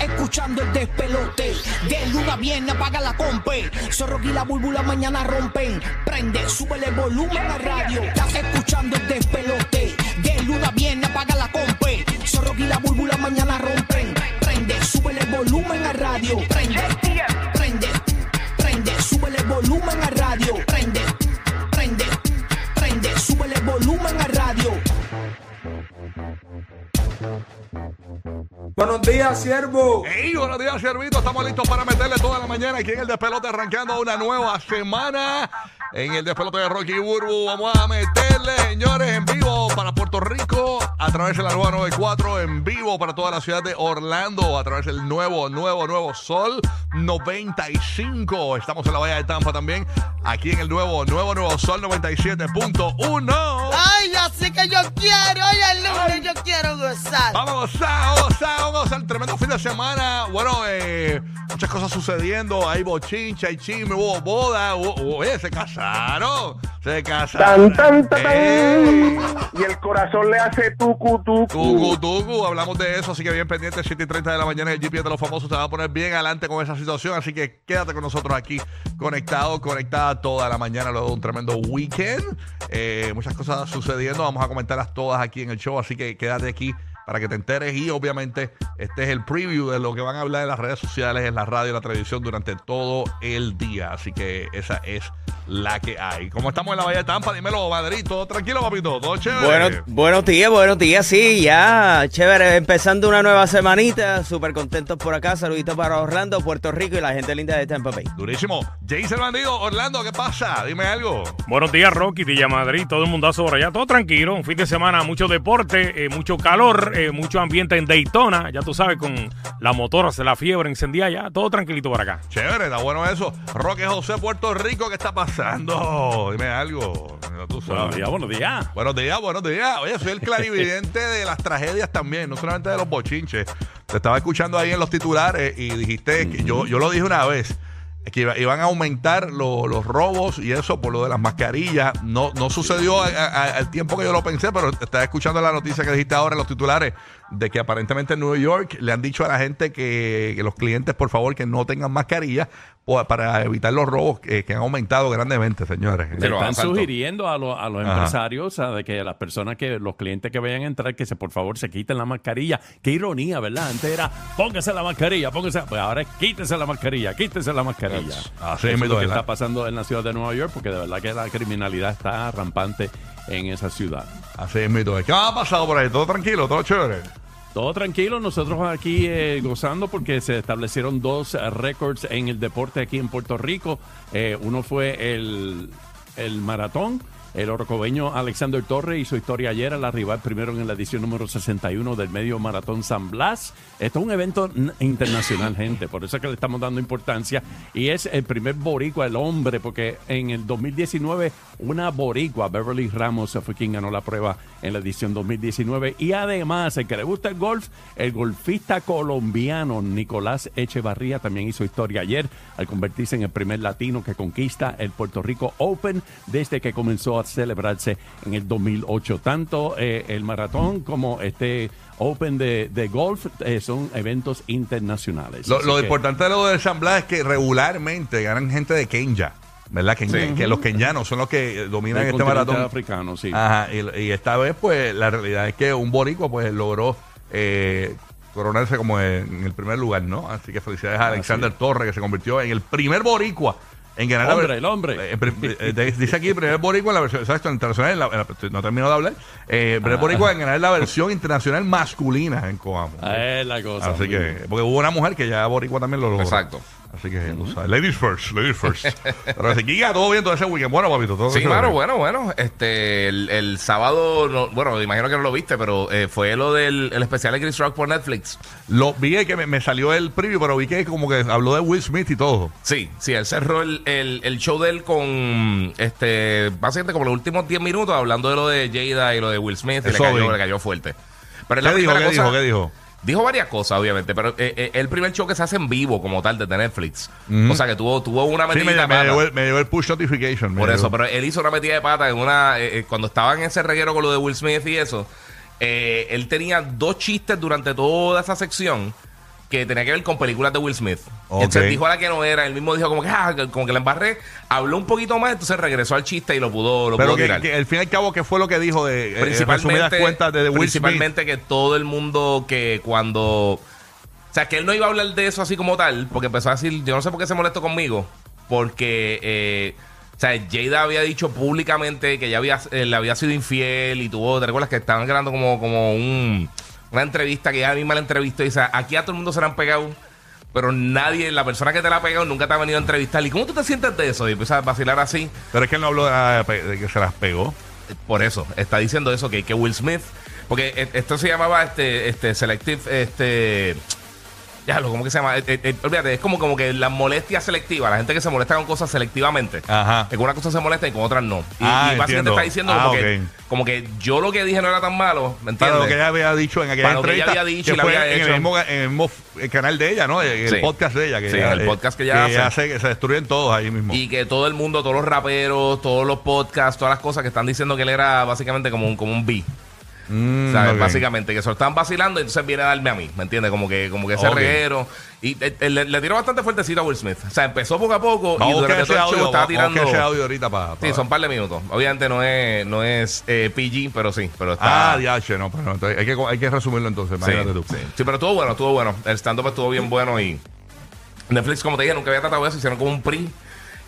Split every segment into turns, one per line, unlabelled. Escuchando el despelote, de luna viene, apaga la compe. Zorro y la búlbula mañana rompen. Prende, súbele el volumen a la radio. Estás escuchando el despelote, de luna viene, apaga la compe. Zorro y la búlbula mañana rompen. Prende, súbele el volumen a la radio. Prende, prende, prende, súbele el volumen a la radio. Prende, prende, prende, súbele el volumen a la radio.
Buenos días, siervo.
Hey, buenos días, Servito. Estamos listos para meterle toda la mañana aquí en el despelote, arrancando una nueva semana en el despelote de Rocky Burbu. Vamos a meterle, señores, en vivo para Puerto Rico a través de la nueva 94, en vivo para toda la ciudad de Orlando a través del nuevo, nuevo, nuevo Sol 95. Estamos en la Bahía de Tampa también, aquí en el nuevo, nuevo, nuevo Sol 97.1.
Ay, así que yo quiero, hoy el lunes yo quiero gozar.
Vamos a gozar, vamos a gozar, vamos a gozar. Tremendo fin de semana. Bueno, eh, muchas cosas sucediendo. Hay bochincha, hay chisme, hubo boda. hubo- hubo- oye, se casaron. Se casaron. Eh,
Tan, tan, tan, tan.
Ey.
Y el corazón le hace tucu, tucu.
Tucu, tucu, hablamos de eso, así que bien pendiente, 7 y 30 de la mañana, el GPS de los famosos se va a poner bien adelante con esa situación, así que quédate con nosotros aquí, conectado, conectada toda la mañana, luego de un tremendo weekend, Eh, muchas cosas sucediendo, vamos a comentarlas todas aquí en el show, así que quédate aquí para que te enteres y obviamente este es el preview de lo que van a hablar en las redes sociales, en la radio, en la televisión durante todo el día, así que esa es la que hay. Como estamos en la Bahía de Tampa, dímelo, Madrid, todo tranquilo, papito, todo chévere.
Bueno, buenos días, buenos días, sí, ya, chévere, empezando una nueva semanita, súper contentos por acá, saluditos para Orlando, Puerto Rico y la gente linda de Tampa Bay.
Durísimo. Jason Bandido, Orlando, ¿qué pasa? Dime algo.
Buenos días, Rocky, Villa Madrid, todo el mundazo por allá, todo tranquilo. Un fin de semana, mucho deporte, eh, mucho calor, eh, mucho ambiente en Daytona. Ya tú sabes, con la motora, se la fiebre encendida ya, todo tranquilito por acá.
Chévere, está bueno eso. Roque José, Puerto Rico, ¿qué está pasando? Dime algo. Ya tú sabes.
buenos días.
Buenos días, buenos días. Oye, soy el clarividente de las tragedias también, no solamente de los bochinches. Te estaba escuchando ahí en los titulares y dijiste que yo, yo lo dije una vez. Que iba- iban a aumentar lo- los robos y eso por lo de las mascarillas. No, no sucedió a- a- al tiempo que yo lo pensé, pero estaba escuchando la noticia que dijiste ahora en los titulares de que aparentemente en Nueva York le han dicho a la gente que, que los clientes, por favor, que no tengan mascarillas po- para evitar los robos eh, que, que han aumentado grandemente, señores.
Le
Los
están
asaltos.
sugiriendo a, los- a los
Ajá.
empresarios, o sea, de que las personas que, los clientes que vayan a entrar, que se por favor se quiten la mascarilla. Qué ironía, ¿verdad? Antes era póngase la mascarilla, póngase. Pues ahora es quítese la mascarilla, quítese la mascarilla.
Así
Eso es
mismo,
lo que
¿verdad?
está pasando en la ciudad de Nueva York, porque de verdad que la criminalidad está rampante en esa ciudad.
Así es, mito. ¿Qué Ah, ha pasado por ahí? ¿Todo tranquilo? ¿Todo chévere?
Todo tranquilo, nosotros aquí eh, gozando porque se establecieron dos eh, récords en el deporte aquí en Puerto Rico. Eh, uno fue el, el maratón. El orocobeño Alexander Torres hizo historia ayer al arribar primero en la edición número 61 del medio maratón San Blas. Esto es un evento n- internacional, gente, por eso es que le estamos dando importancia. Y es el primer boricua, el hombre, porque en el 2019 una boricua, Beverly Ramos, fue quien ganó la prueba en la edición 2019. Y además, el que le gusta el golf, el golfista colombiano Nicolás Echevarría también hizo historia ayer al convertirse en el primer latino que conquista el Puerto Rico Open desde que comenzó a celebrarse en el 2008. Tanto eh, el maratón como este Open de, de golf eh, son eventos internacionales.
Lo,
Así
lo
que-
importante de lo del San Blas es que regularmente ganan gente de Kenya, ¿verdad? Que, que los kenyanos son los que eh, dominan
del
este
continente
maratón. Ah.
africano, sí.
Ajá, y, y esta vez, pues, la realidad es que un boricua, pues, logró eh, coronarse como en, el primer lugar, ¿no? Así que felicidades a Alexander Torres, que se convirtió en el primer boricua En ganar
Hombre, el hombre.
Eh, prim- eh, de- dice aquí, primer boricua en la versión, exacto, internacional, en la- en la- estoy- no termino de hablar, eh, primer boricua en ganar la versión internacional masculina en Coamo.
Ah, es la cosa.
Así que, porque hubo una mujer que ya boricua también lo logró.
Exacto.
Así que, tú sabes, ladies first, ladies first. Pero así, Giga, todo bien todo ese weekend. Bueno, papito, todo
Sí,
bien.
claro, bueno, bueno. Este, el, el sábado, no- bueno, me imagino que no lo viste, pero eh, fue lo del el especial de Chris Rock por Netflix.
Lo vi que me, me salió el preview, pero vi que como que habló de Will Smith y todo.
Sí, sí, él cerró el, el- el show de él con, este, básicamente como los últimos 10 minutos hablando de lo de Jada y lo de Will Smith. Y le
Eso vi.
cayó, le cayó fuerte. Pero es
¿Qué dijo?
primera
¿Qué dijo? ¿Qué dijo?
Dijo varias cosas, obviamente, pero eh, eh, el primer show que se hace en vivo como tal desde Netflix. O sea que tuvo, tuvo una
Sí, me,
metidita de
me
pata.
llegó el, me llegó el push notification. me
Por eso,
llegó.
pero él hizo una metida de pata en una. eh, eh, cuando estaba en ese reguero con lo de Will Smith y eso, eh, él tenía dos chistes durante toda esa sección que tenía que ver con películas de Will Smith.
Ok.
Entonces dijo a la que no era, él mismo dijo como que, ah, que- como que la embarré, habló un poquito más, entonces regresó al chiste y lo pudo, lo
Pero
pudo
que,
tirar.
que al fin y al cabo, ¿qué fue lo que dijo de eh, resumidas cuentas de, de Will Smith?
principalmente que todo el mundo que cuando. O sea, que él no iba a hablar de eso así como tal, porque empezó a decir, yo no sé por qué se molestó conmigo, porque, eh, o sea, Jada había dicho públicamente que ya había, eh, le había sido infiel y tuvo, ¿te recuerdas que estaban grabando como, como un, una entrevista, que ella misma la entrevistó y dice, aquí a todo el mundo se la han pegado, pero nadie, la persona que te la ha pegado nunca te ha venido a entrevistar. ¿Y cómo tú te sientes de eso? Y empieza a vacilar así.
Pero es que él no habló de, nada de pe- de que se las pegó.
Por eso, está diciendo eso, que, que Will Smith, porque e- esto se llamaba este, este selective, este, ya lo, ¿cómo que se llama? Eh, eh, eh, olvídate, es como, como que la molestia selectiva, la gente que se molesta con cosas selectivamente.
Ajá.
Que con una cosa se molesta y con otras no. Y,
Ah,
y básicamente
entiendo.
está diciendo
Ah,
como,
ok. Ah,
que, como que yo lo que dije no era tan malo, ¿me
Para
entiendes?
lo que ella había dicho en aquella
Para lo que ella
entrevista.
había dicho y
que
la
fue
había
en,
hecho.
El mismo, en el mismo f- el canal de ella, ¿no? En el
Sí.
podcast de ella. Que
Sí,
ella-
en el podcast que ella hace.
que se destruyen todos ahí mismo.
Y que todo el mundo, todos los raperos, todos los podcasts, todas las cosas que están diciendo que él era básicamente como un, como un B.
Mm,
¿sabes?
ok.
Básicamente, que se lo están vacilando y entonces viene a darme a mí, ¿me entiendes? Como que, como que ese
Ok.
reguero. Y eh, eh, le, le tiró bastante fuertecito a Will Smith. O sea, empezó poco a poco y
Vamos a buscar
durante
ese
todo el show
audio. Vamos
estaba
a buscar ese
tirando.
audio ahorita para.
Sí, son un par de minutos. Obviamente no es, no es eh, PG, pero sí. Pero está.
Ah, diache, no, pero no, entonces, hay, que, hay que resumirlo entonces,
sí,
imagínate tú.
sí. Sí, pero estuvo bueno, estuvo bueno. El stand-up estuvo bien bueno y Netflix, como te dije, nunca había tratado eso. Hicieron como un PRI.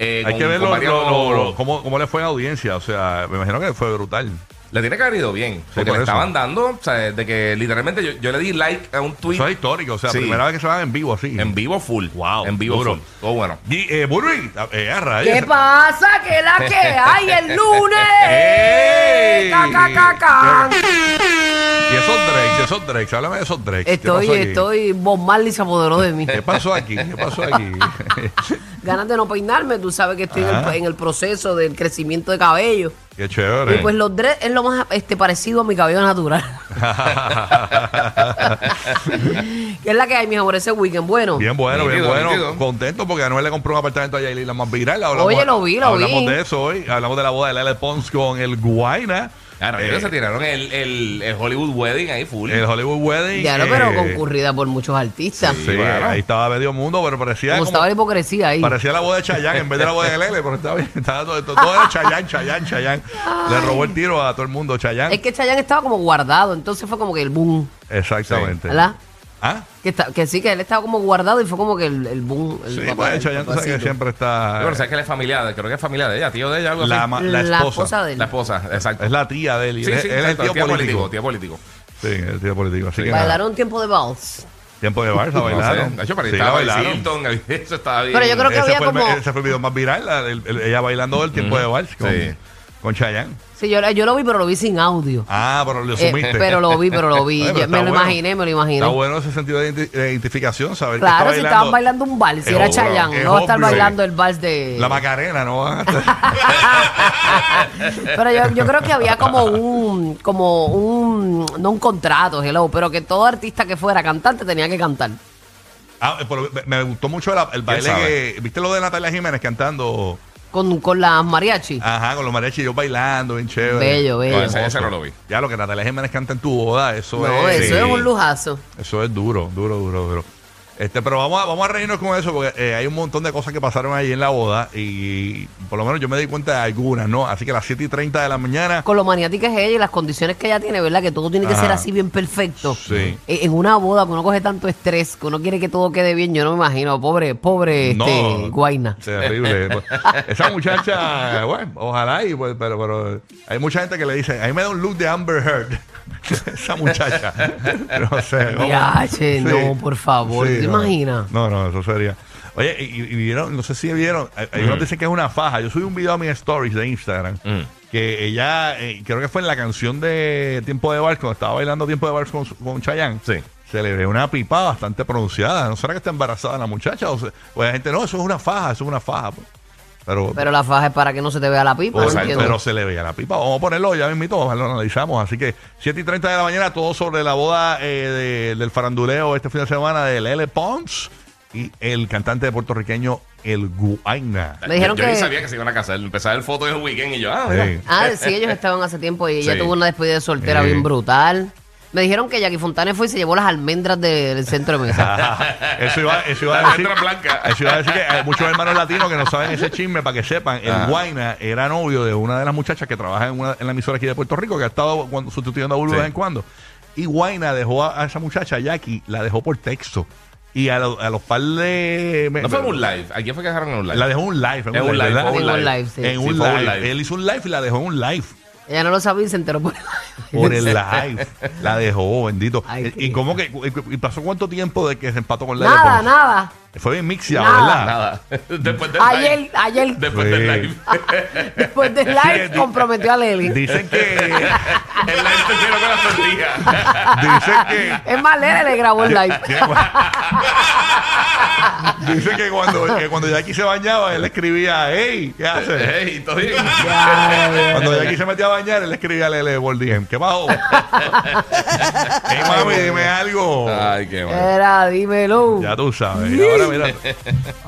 eh,
Hay
con-
que ver
con
lo-
varios-
lo- lo- cómo, cómo le fue en audiencia, o sea, me imagino que fue brutal.
Le tiene que haber ido bien. Porque
por
le
eso.
estaban dando, o sea, de que literalmente yo, yo le di like a un tweet
Eso es histórico, o sea,
Sí.
primera vez que se van en vivo así.
en vivo full.
Wow,
En vivo
duro.
full. Todo bueno.
Y, eh, Burby, eh, a rayos.
¿Qué pasa? ¿Qué la que hay el lunes?
¡Ey!
Ca, ca, ca, ca.
Y esos Drakes, esos Drakes, háblame de esos Drakes. ¿Qué
Estoy,
pasó aquí?
estoy, Bob Marley se apoderó de mí.
¿Qué pasó aquí? ¿Qué pasó aquí?
Ganas de no peinarme, tú sabes que estoy en el,
Ajá.
en el proceso del crecimiento de cabello.
Qué
Y
chévere.
pues los dreads es lo más este, parecido a mi cabello natural. ¿Qué es la que hay, mis amores, ese weekend? Bueno,
Bien bueno, bien
Nítido,
bueno.
nítido.
Contento porque Anuel le compró un apartamento a Yailin, la más viral. Hablamos-
Oye, lo vi, lo
Hablamos
vi.
de eso hoy. Hablamos de la boda de Lele Pons con el Guaina.
Claro,
Eh,
ellos se tiraron el, el, el Hollywood Wedding ahí full.
el Hollywood Wedding.
ya no, pero
eh,
concurrida por muchos artistas.
Sí,
bueno.
ahí estaba medio mundo, pero parecía
Como
como,
estaba la hipocresía ahí.
parecía la boda de Chayanne en vez de la boda de Lele, pero estaba bien. Estaba todo, todo, todo era Chayanne, Chayanne, Chayanne. Le robó el tiro a todo el mundo, Chayanne.
Es que Chayanne estaba como guardado, entonces fue como que el boom,
Exactamente.
¿verdad?
¿Ah?
Que, está- que sí, que él estaba como guardado y fue como que el, el boom. El
Sí,
papá-
pues
el
Chayanne tú sabes que
papacito.
siempre está...
Bueno, sabes que él es familiar, creo que es familia de ella, tío de ella, algo
la,
así.
ma- la
La
esposa.
esposa de él.
La esposa, exacto.
Es la tía de él. y
sí,
él
sí,
es- él es el
exacto,
tío, político.
Tío político.
Sí, el tío político. Así que nada,
Bailaron tiempo de vals.
tiempo de Barça, bailaron.
No sé, de hecho, para
Sí, la
estaba
bailaron.
el Simpson, eso estaba bien.
Pero yo creo que
Ese
había
fue el-
como.
Ese fue el video más viral, la- el- el- ella bailando el tiempo de vals con,
Sí.
con Chayanne.
Sí, yo, yo lo vi, pero lo vi sin audio.
Ah, pero lo
Eh,
sumiste.
pero lo vi, pero lo vi.
Oye, pero
Yo-
está
me lo
bueno.
imaginé, me lo imaginé.
Está bueno ese sentido de identi- de identificación, saber que
claro,
está
si estaban bailando un vals, si
Es
era
obvio,
Chayanne,
es
no va a estar
obvio.
bailando el vals de.
La Macarena, ¿no? van a estar-
Pero yo, yo creo que había como un, como un, no un contrato, hello, pero que todo artista que fuera cantante tenía que cantar.
Ah, pero me, me gustó mucho la- el baile
sabe?
que... ¿Viste lo de Natalia Jiménez cantando?
Con, con las mariachi.
Ajá, con los mariachis yo bailando, bien chévere.
Bello, bello.
No,
eh,
ese, ese no lo vi.
Ya lo que Natalia Jiménez canta en tu boda, eso
no,
es...
eso
sí.
es un lujazo.
Eso es duro, duro, duro, duro. Este, pero vamos a, vamos a reírnos con eso porque eh, hay un montón de cosas que pasaron ahí en la boda y por lo menos yo me di cuenta de algunas, ¿no? Así que a las 7 y 30 de la mañana.
Con lo maniática que es ella y las condiciones que ella tiene, ¿verdad? Que todo tiene que
Ajá.
ser así bien perfecto.
Sí.
E- En una boda que uno coge tanto estrés, que uno quiere que todo quede bien, yo no me imagino, pobre, pobre este, Guaina.
Terrible. Esa muchacha, bueno, ojalá y pues, pero, pero hay mucha gente que le dice, a mí me da un look de Amber Heard. Esa muchacha. No sé. ¿cómo?
Diache, no, por favor, ¿te
no.
imaginas?
No, no, eso sería. Oye, y, y- y vieron, no sé si vieron, hay- hay unos dicen que es una faja. Yo subí un video a mis stories de Instagram
Mm.
que ella, eh, creo que fue en la canción de Tiempo de Vals, cuando estaba bailando Tiempo de Vals con, su- con Chayanne.
Sí.
Se le ve una pipa bastante pronunciada. ¿No será que está embarazada la muchacha? O, sea, o la gente, no, eso es una faja, eso es una faja. pues. Pero,
Pero la faja es para que no se te vea la pipa,
pues,
no
exacto,
entiendo.
pero se le veía la pipa. Vamos a ponerlo ya mismito, vamos a- lo analizamos. Así que 7 y 30 de la mañana, todo sobre la boda eh, de- del faranduleo este fin de semana de Lele Pons y el cantante puertorriqueño El Guaina.
Me dijeron
yo, yo
que-
ni sabía que se iban a casar. Empezaba el foto del weekend y yo, ah, mira.
Sí.
Ah, sí, ellos estaban hace tiempo y ella
Sí.
tuvo una despedida de soltera
Sí.
bien brutal. Me dijeron que Jackie Fontane fue y se llevó las almendras de- del centro de mesa.
Ajá. Eso iba, Ah, eso iba a
La
decir.
letra blanca.
Eso iba a decir que hay muchos hermanos latinos que no saben ese chisme para que sepan.
Ah.
El Guaina era novio de una de las muchachas que trabaja en, una, en la emisora aquí de Puerto Rico, que ha estado cuando, sustituyendo a Bulu de
Sí.
vez en cuando. Y Guaina dejó a, a esa muchacha, Jackie, la dejó por texto. Y a, lo- a los par de. me-
No fue en
me-
un live. ¿A quién fue que dejaron en un live?
La dejó en un live. En
En
un
un
live,
live,
¿verdad?
fue
En un live, sí.
En un
Sí, fue un
live.
live.
Él hizo un live y la dejó en un live.
ella no lo sabía y se enteró por
Por el live. La dejó, bendito.
Ay,
¿Y,
qué-
cómo que, y pasó cuánto tiempo de que se empató con la
Nada, nada.
Fue bien mixia,
Nada.
¿verdad?
Nada. Después del
Ayer,
live.
ayer,
Después
Sí.
del live.
después del
Sí,
live,
di-
comprometió a Leli.
Dicen que.
El live te quiero con la tortilla.
dicen que.
Es más, Lele le grabó el live.
Dicen que cuando, que cuando Jackie se bañaba, él escribía, hey, ¿qué haces?
Ey, todo bien.
Cuando Jackie se metía a bañar, él escribía a Lele por DM, ¿qué pasó? hey, mami, dime algo.
Ay, qué mal.
Era, dímelo.
Ya tú sabes. Y Ahora, mira.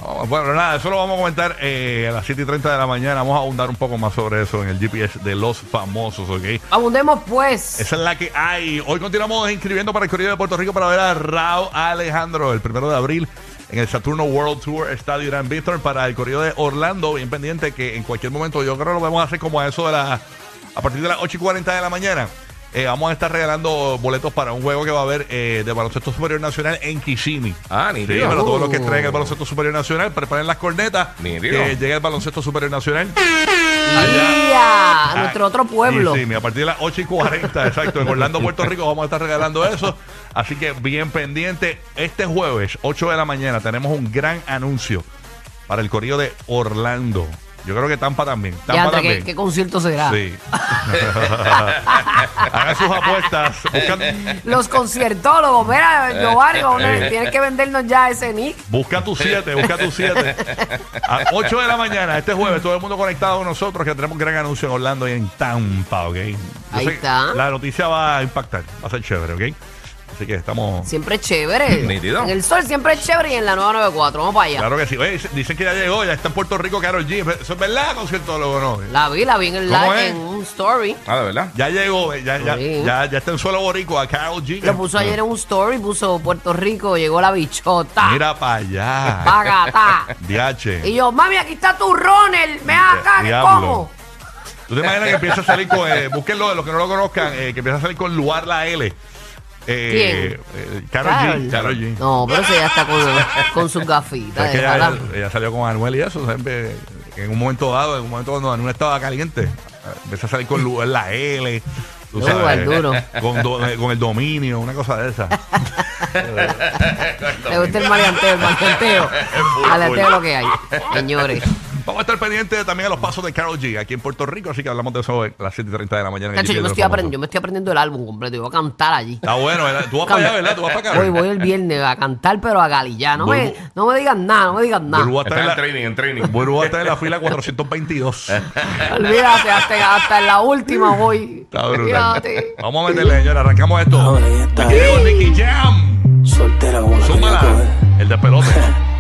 vamos- Bueno, nada, eso lo vamos a comentar eh, a las 7 y 30 de la mañana. Vamos a abundar un poco más sobre eso en el GPS de los famosos, ¿ok?
Abundemos pues.
Esa es la que hay. Hoy continuamos inscribiendo para el Corrido de Puerto Rico para ver a Raúl Alejandro el primero de abril en el Saturno World Tour Estadio Irán Víctor para el Corrido de Orlando. Bien pendiente que en cualquier momento yo creo lo vamos a hacer como a eso de la, a partir de las 8 y 40 de la mañana. Eh, vamos a estar regalando boletos para un juego que va a haber eh, de baloncesto superior nacional en Kissimmee.
Ah, ni
Sí,
tío.
para todos los que traen el baloncesto superior nacional, preparen las cornetas.
Ni
que
digo.
llega el baloncesto superior nacional.
Día, a nuestro otro pueblo.
Ah, Sí, sí, mira, a partir de las 8 y 40, exacto, en Orlando, Puerto Rico, vamos a estar regalando eso. Así que bien pendiente. Este jueves, 8 de la mañana, tenemos un gran anuncio para el corrido de Orlando. Yo creo que Tampa también.
Ya,
Tampa
¿qué,
también.
¿qué concierto será?
Sí. Hagan sus apuestas. Busca,
Los conciertólogos. Mira, Giovanni, vamos
Eh.
a- tienes que vendernos ya ese nick.
busca tu 7, busca tu 7. A 8 de la mañana, este jueves, todo el mundo conectado con nosotros, que tenemos un gran anuncio en Orlando y en Tampa, ¿ok? Yo
Ahí
sé que
está.
La noticia va a impactar, va a ser chévere, ¿ok? Así que estamos...
Siempre es chévere.
Nítido.
En el sol siempre es chévere y en la 994. Vamos para allá.
Claro que sí. Oye, dicen que ya llegó, ya está en Puerto Rico Carol G. ¿Eso es verdad, conciertólogo no?
La vi, la vi en el
¿Cómo
live,
es?
en un story.
Ah, de verdad.
Ya llegó, eh, ya, ya,
Sí.
ya, ya está en suelo boricua Carol G.
Lo puso ayer en un story, puso Puerto Rico, llegó la bichota.
Mira para allá.
Pagata.
Diache.
Y yo, mami, aquí está tu Ronald. Me acá, ¿qué
Diablo.
como?
¿Tú te imaginas que empieza a salir con, eh, búsquenlo de los que no lo conozcan, eh, que empieza a salir con Luar la L? Eh, eh, Karol G.
Karol.
Karol G.
No, pero si ya está con, con sus gafitas.
Es que ella,
déjala.
ella- ella salió con Anuel y eso, siempre, en un momento dado, en un momento cuando Anuel estaba caliente, empezó a salir con lu- la L, tú
Lugar duro.
Con, do- eh, con el dominio, una cosa de esa.
Le gusta el maleanteo, el maleanteo. Maleanteo lo que hay, señores.
Vamos a estar pendientes también a los pasos de Carol G aquí en Puerto Rico, así que hablamos de eso a las 7 y 30 de la mañana. en el
Cacho, yo
GPS
me
de
estoy
los
aprendiendo, yo me estoy aprendiendo el álbum completo. Yo voy a cantar allí.
famosos. Está bueno, ¿verdad? Tú vas para allá, ¿verdad? Tú vas para acá.
Voy, voy el viernes a cantar, pero a Gali ya. No me,
Vuelvo.
no me digan nada, no me digan nada.
Vuelvo a estar
Está
en la,
en training, en training.
vuelvo a estar en la fila 422.
Olvídate, hasta, hasta en la última voy.
Está brutal.
Olvídate.
Vamos a meterle, señora. Arrancamos esto.
Ahora ya está.
Aquí llegó Nicky Jam.
Soltera una.
Súmala. El de pelote.